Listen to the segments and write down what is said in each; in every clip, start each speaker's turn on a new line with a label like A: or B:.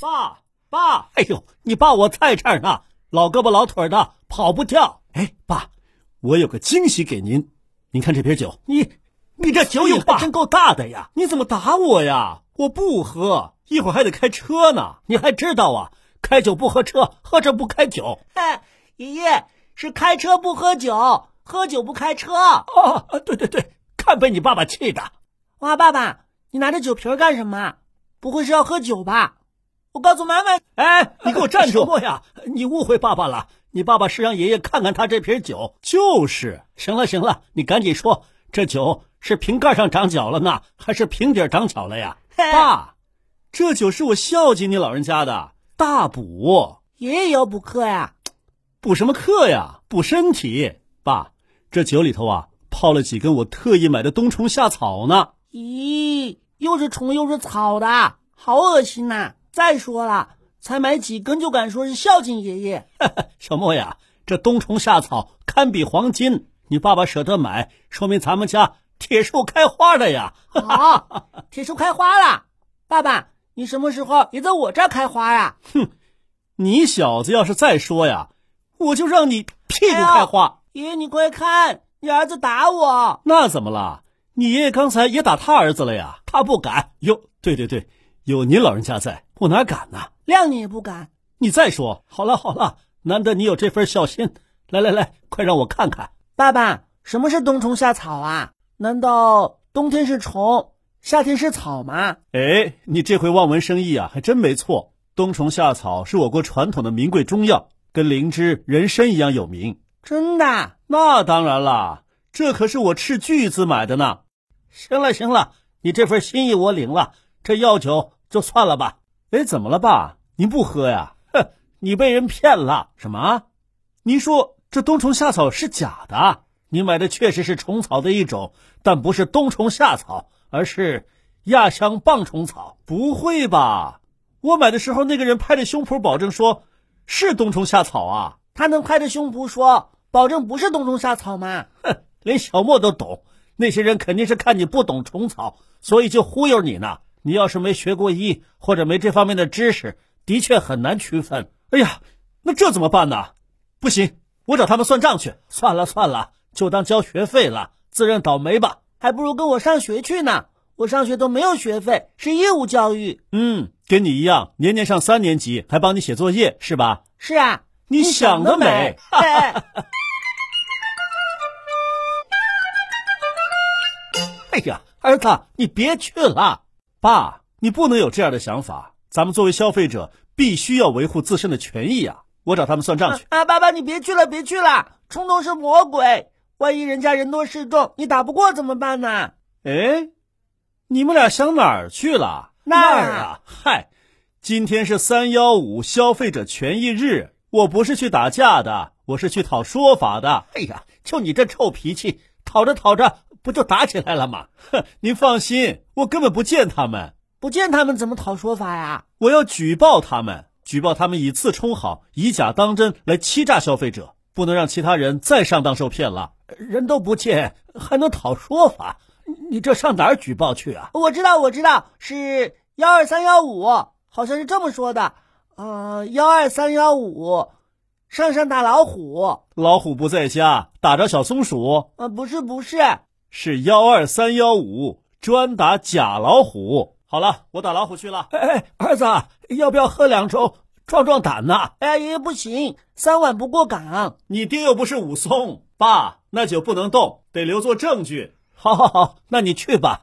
A: 爸爸，哎呦，你爸我在这儿呢，老胳膊老腿的，跑不掉。哎，爸，我有个惊喜给您，您看这瓶酒。你，你这酒瘾还真够大的呀！你怎么打我呀？我不喝，一会儿还得开车呢。你还知道啊？开酒不喝车，喝车不开 酒。哎，爷爷是开车不喝酒，喝酒不开车。哦，对对对，看被你爸爸气的。哇，爸爸，你拿着酒瓶干什么？不会是要喝酒吧？我告诉妈妈，哎，你给我站 住！莫呀，你误会爸爸了。你爸爸是让爷爷看看他这瓶酒，就是。行了行了，你赶紧说，这酒是瓶盖上长脚了呢，还是瓶底儿长脚了呀？爸，这酒是我孝敬你老人家的大补。爷爷也要补课呀？补什么课呀？补身体。爸，这酒里头啊，泡了几根我特意买的冬虫夏草呢。咦，又是虫又是草的，好恶心呐、再说了，才买几根就敢说是孝敬爷爷，小莫呀，这冬虫夏草堪比黄金，你爸爸舍得买，说明咱们家铁树开花了呀。 好，哦铁树开花了，爸爸，你什么时候也在我这儿开花呀？哼，你小子要是再说呀，我就让你屁股开花！哎爷爷，你快看，你儿子打我！那怎么了？你爷爷刚才也打他儿子了呀？他不敢。哟，对对对，有您老人家在，我哪敢呐？谅你也不敢。你再说，好了好了，难得你有这份孝心。来来来，快让我看看。爸爸，什么是冬虫夏草啊？难道冬天是虫，夏天是草吗？哎，你这回望文生义啊，还真没错。冬虫夏草是我国传统的名贵中药，跟灵芝、人参一样有名。真的？啊那当然啦，这可是我斥巨资买的呢。行了行了，你这份心意我领了，这药酒就算了吧。哎，怎么了，爸？您不喝呀？哼，你被人骗了。什么？您说这冬虫夏草是假的？你买的确实是虫草的一种，但不是冬虫夏草，而是亚香棒虫草。不会吧？我买的时候，那个人拍着胸脯保证说是冬虫夏草啊。他能拍着胸脯说保证不是冬虫夏草吗？哼，连小莫都懂。那些人肯定是看你不懂虫草，所以就忽悠你呢。你要是没学过医，或者没这方面的知识，的确很难区分。哎呀，那这怎么办呢？不行，我找他们算账去。算了算了，就当交学费了，自认倒霉吧。还不如跟我上学去呢。我上学都没有学费，是义务教育。嗯，跟你一样，年年上三年级，还帮你写作业是吧？是啊，你想得 美。哎呀，儿子，你别去了。爸，你不能有这样的想法。咱们作为消费者，必须要维护自身的权益啊！我找他们算账去。啊，爸爸，你别去了，别去了，冲动是魔鬼。万一人家人多势众，你打不过怎么办呢？哎，你们俩想哪儿去了？
B: 那儿啊
A: 啊！嗨，今天是三幺五消费者权益日，我不是去打架的，我是去讨说法的。哎呀，就你这臭脾气，讨着讨着不就打起来了吗？哼，您放心，我根本不见他们，不见他们怎么讨说法呀？我要举报他们，举报他们以次充好，以假当真来欺诈消费者，不能让其他人再上当受骗了。人都不见，还能讨说法？你这上哪儿举报去啊？我知道，我知道，是幺二三幺五，好像是这么说的。呃，幺二三幺五，上山打老虎。老虎不在家，打着小松鼠。呃，不是，不是，是幺二三幺五，专打假老虎。好了，我打老虎去了。哎哎，儿子，要不要喝两盅，壮壮胆呐？哎呀，爷爷不行，三碗不过岗。你爹又不是武松，爸，那酒不能动，得留作证据。好好好，那你去吧。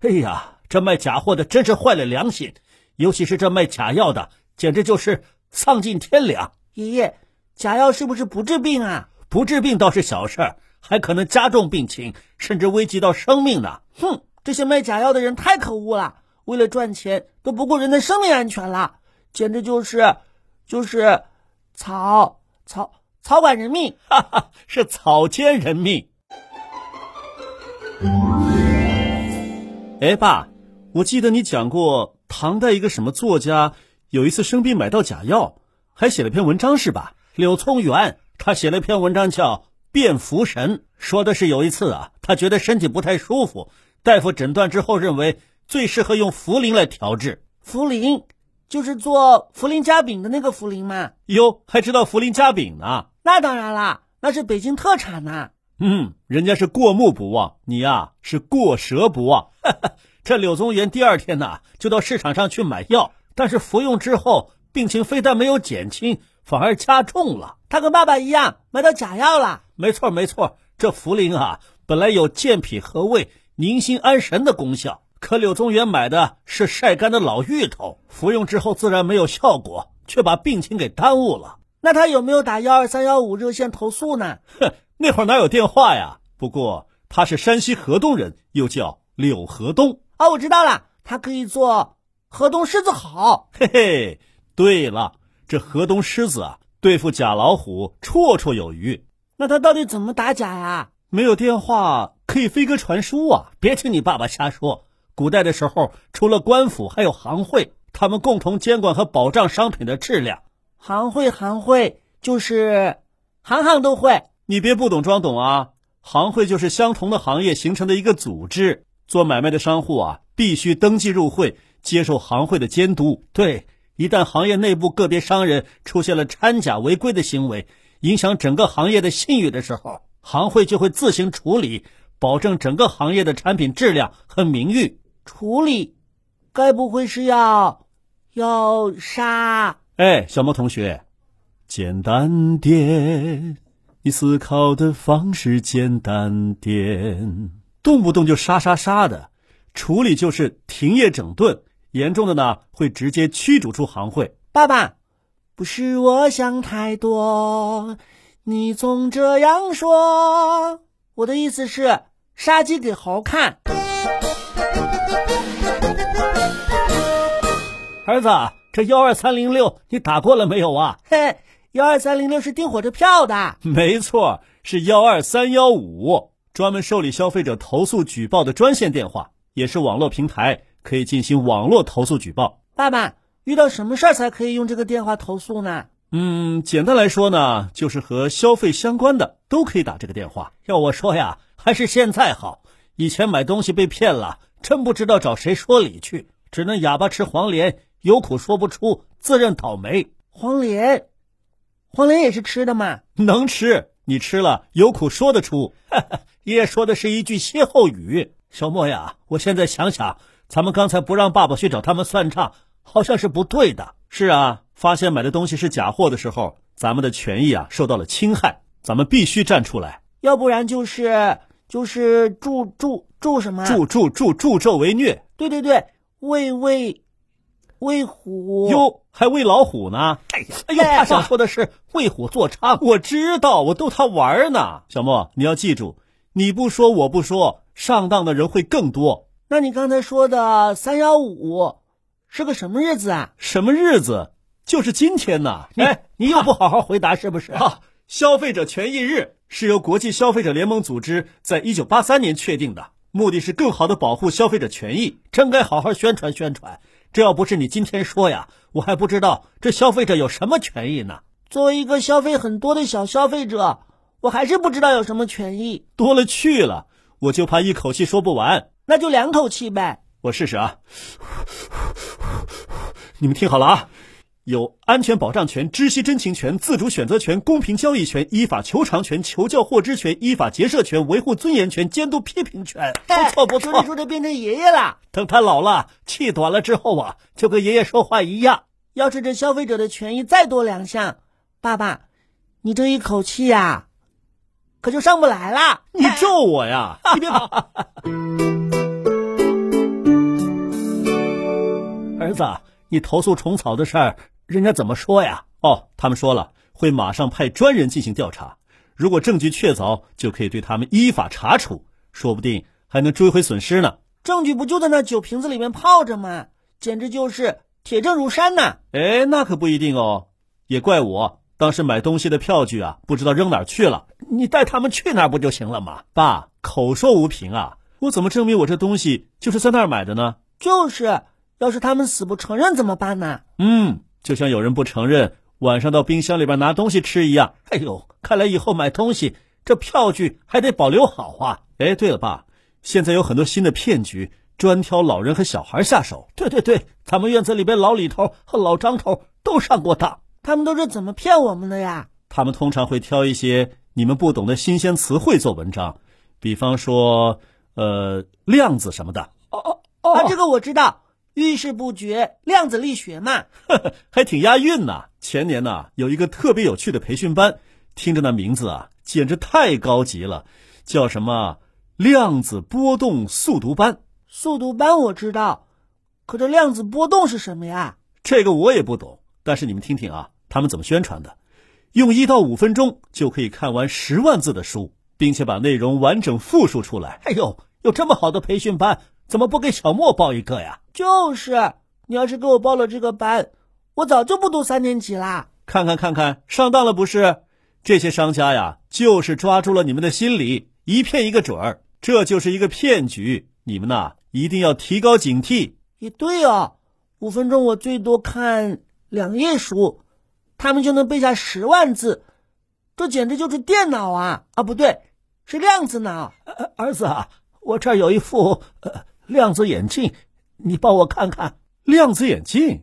A: 哎呀，这卖假货的真是坏了良心，尤其是这卖假药的，简直就是丧尽天良。爷爷，假药是不是不治病啊？不治病倒是小事儿，还可能加重病情，甚至危及到生命呢。哼，这些卖假药的人太可恶了，为了赚钱都不顾人的生命安全了，简直就是
B: 就是草草草管人命。
A: 哈哈，是草菅人命。哎，爸，我记得你讲过唐代一个什么作家，有一次生病买到假药，还写了篇文章是吧？柳宗元，他写了篇文章叫《变福神》，说的是有一次啊，他觉得身体不太舒服，大夫诊断之后认为最适合用茯苓来调治。
B: 茯苓就是做茯苓夹饼的那个茯苓吗？
A: 哟，还知道茯苓夹饼呢？
B: 那当然啦，那是北京特产呐、
A: 嗯，人家是过目不忘，你呀、是过舌不忘。这柳宗元第二天呐、就到市场上去买药，但是服用之后病情非但没有减轻，反而加重了。
B: 他跟爸爸一样买到假药啦。
A: 没错没错，这茯苓啊本来有健脾和胃、宁心安神的功效，可柳宗元买的是晒干的老芋头，服用之后自然没有效果，却把病情给耽误了。
B: 那他有没有打幺二三幺五热线投诉呢？
A: 哼， 那会儿哪有电话呀？不过他是山西河东人，又叫柳河东。
B: 哦，我知道了，他可以做河东狮子吼。
A: 嘿嘿，对了，这河东狮子啊，对付假老虎绰绰有余。
B: 那他到底怎么打假呀？
A: 没有电话可以飞鸽传书啊！别听你爸爸瞎说。古代的时候，除了官府，还有行会，他们共同监管和保障商品的质量。
B: 行会行会就是行行都会。
A: 你别不懂装懂啊！行会就是相同的行业形成的一个组织，做买卖的商户啊，必须登记入会，接受行会的监督。对，一旦行业内部个别商人出现了掺假违规的行为，影响整个行业的信誉的时候，行会就会自行处理，保证整个行业的产品质量和名誉。
B: 处理，该不会是要要杀？
A: 哎，小猫同学，简单点，你思考的方式简单点，动不动就杀杀杀的，处理就是停业整顿，严重的呢会直接驱逐出行会。
B: 爸爸，不是我想太多，你总这样说。我的意思是，杀鸡给猴看。
A: 儿子，啊这幺二三零六你打过了没有啊？
B: 嘿，幺二三零六是订火车票的。
A: 没错，是幺二三幺五，专门受理消费者投诉举报的专线电话，也是网络平台，可以进行网络投诉举报。
B: 爸爸，遇到什么事儿才可以用这个电话投诉呢？
A: 嗯，简单来说呢，就是和消费相关的都可以打这个电话。要我说呀，还是现在好。以前买东西被骗了，真不知道找谁说理去，只能哑巴吃黄连，有苦说不出，自认倒霉。
B: 黄连，黄连也是吃的嘛。
A: 能吃，你吃了有苦说得出。 爷爷说的是一句歇后语。小莫呀，我现在想想，咱们刚才不让爸爸去找他们算账，好像是不对的。是啊，发现买的东西是假货的时候，咱们的权益啊受到了侵害，咱们必须站出来，
B: 要不然就是就是助助助什么？啊
A: 助助助助纣为虐。
B: 对对对，喂喂喂虎。
A: 哟，还喂老虎呢？哎呀，哎呦，
B: 哎呀
A: 他想说的是为虎作伥。我知道，我逗他玩儿呢。小莫，你要记住，你不说我不说，上当的人会更多。
B: 那你刚才说的三幺五是个什么日子啊？
A: 什么日子？就是今天 呐！哎，
B: 你又不好好回答是不是？
A: 啊，消费者权益日是由国际消费者联盟组织在一九八三年确定的，目的是更好的保护消费者权益。真该好好宣传宣传。这要不是你今天说呀，我还不知道这消费者有什么权益呢。
B: 作为一个消费很多的小消费者，我还是不知道有什么权益，
A: 多了去了，我就怕一口气说不完。
B: 那就两口气呗。
A: 我试试啊， 你们听好了啊，有安全保障权、知悉真情权、自主选择权、公平交易权、依法求偿权、求教获知权、依法结社权、维护尊严权、监督批评权。不错不
B: 哎
A: 错
B: 说着，说着变成爷爷了。
A: 等他老了气短了之后啊，就跟爷爷说话一样。
B: 要是这消费者的权益再多两项，爸爸，你这一口气呀、可就上不来了。
A: 你咒我 呀！你别跑，儿子，你投诉虫草的事儿，人家怎么说呀？哦，他们说了，会马上派专人进行调查，如果证据确凿，就可以对他们依法查处，说不定还能追回损失呢。
B: 证据不就在那酒瓶子里面泡着吗？简直就是铁证如山呐、
A: 哎，那可不一定哦。也怪我当时买东西的票据啊，不知道扔哪儿去了。你带他们去那儿不就行了吗？爸，口说无凭啊，我怎么证明我这东西就是在那儿买的呢？
B: 就是，要是他们死不承认怎么办呢？
A: 嗯，就像有人不承认晚上到冰箱里边拿东西吃一样。哎呦，看来以后买东西这票据还得保留好啊。哎，对了，爸，现在有很多新的骗局，专挑老人和小孩下手。对对对，咱们院子里边老李头和老张头都上过当。
B: 他们都是怎么骗我们的呀？
A: 他们通常会挑一些你们不懂的新鲜词汇做文章，比方说，呃，量子什么的，
B: 啊，这个我知道，遇事不决，量子力学嘛。
A: 还挺押韵呐。前年呐、有一个特别有趣的培训班，听着那名字啊，简直太高级了，叫什么量子波动速读班。
B: 速读班我知道，可这量子波动是什么呀？
A: 这个我也不懂，但是你们听听啊，他们怎么宣传的？用一到五分钟就可以看完十万字的书，并且把内容完整复述出来。哎呦，有这么好的培训班，怎么不给小莫报一个呀？
B: 就是你要是给我报了这个班，我早就不读三年级啦。
A: 看看看看，上当了不是？这些商家呀，就是抓住了你们的心理，一骗一个准儿，这就是一个骗局。你们呐，一定要提高警惕。
B: 也对哦，五分钟我最多看两页书，他们就能背下十万字，这简直就是电脑啊！啊，不对，是量子脑。
A: 儿子啊，我这儿有一副、呃、量子眼镜，你帮我看看。量子眼镜，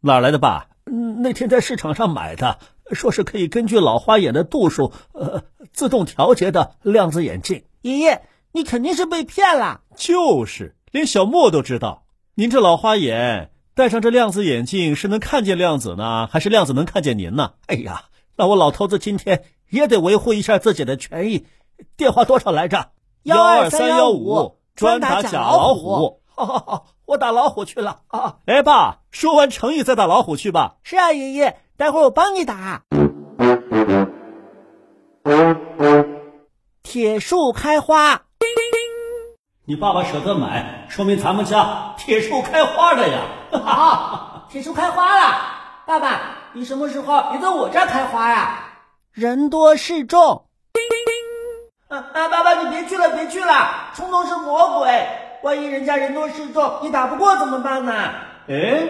A: 哪儿来的爸？嗯那天在市场上买的，说是可以根据老花眼的度数，呃，自动调节的量子眼镜。
B: 爷爷，你肯定是被骗了。
A: 就是，连小莫都知道。您这老花眼，戴上这量子眼镜是能看见量子呢，还是量子能看见您呢？哎呀，那我老头子今天也得维护一下自己的权益。电话多少来着？
B: 12315专打假老虎。
A: 好好好，我打老虎去了啊！哎，爸，说完成语再打老虎去吧。
B: 是啊，爷爷，待会儿我帮你打。铁树开花，
A: 你爸爸舍得买，说明咱们家铁树开花了呀。
B: 哦 铁树开花了。爸爸，你什么时候也在我这儿开花呀？人多势众。啊啊！爸爸，你别去了，别去了，冲动是魔鬼。万一人家人多势众，你打不过怎么办呢？
A: 哎，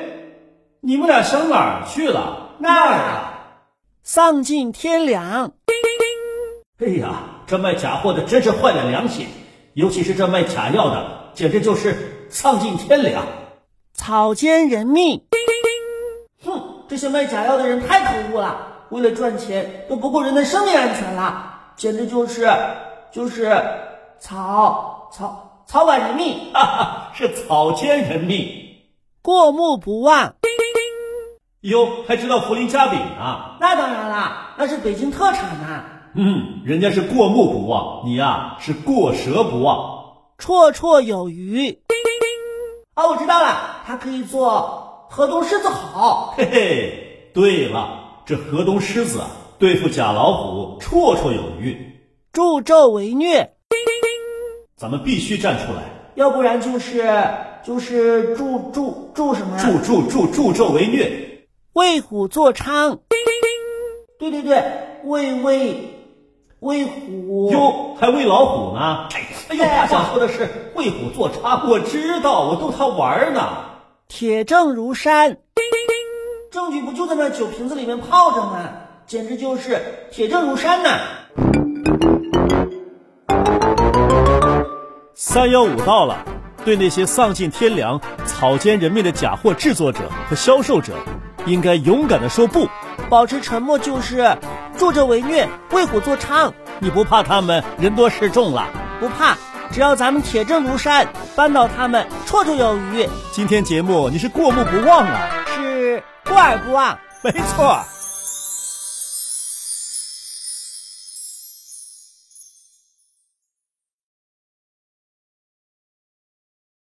A: 你们俩想哪儿去了？
B: 那儿啊！丧尽天良。
A: 哎呀，这卖假货的真是坏了良心，尤其是这卖假药的，简直就是丧尽天良。
B: 草菅人命。哼，这些卖假药的人太可恶了，为了赚钱都不顾人的生命安全了，简直就是就是草草草挽人命，
A: 哈哈，是草菅人命。
B: 过目不忘。
A: 哟，还知道涪陵夹饼啊？
B: 那当然啦，那是北京特产呐、
A: 嗯，人家是过目不忘，你呀、是过舌不忘。
B: 绰绰有余。啊，我知道了，它可以做河东狮子吼。
A: 嘿嘿，对了，这河东狮子啊，对付假老虎绰绰有余，
B: 助纣为虐，
A: 咱们必须站出来。
B: 要不然就是就是助助助什么呀？
A: 助助助助纣为虐，
B: 为虎作伥。对对对，为为为虎。
A: 哟，还喂老虎呢？哎呦，他想说的是为虎作伥，我知道，我逗他玩儿呢。
B: 铁证如山，证据不就在那酒瓶子里面泡着吗？简直就是铁证如山呐、
A: 三幺五到了，对那些丧尽天良、草菅人命的假货制作者和销售者，应该勇敢的说不。
B: 保持沉默就是助纣为虐，为虎作伥。
A: 你不怕他们人多势众了？
B: 不怕，只要咱们铁证如山，扳倒他们绰绰有余，
A: 今天节目你是过目不忘啊！
B: 是过而不忘。
A: 没错。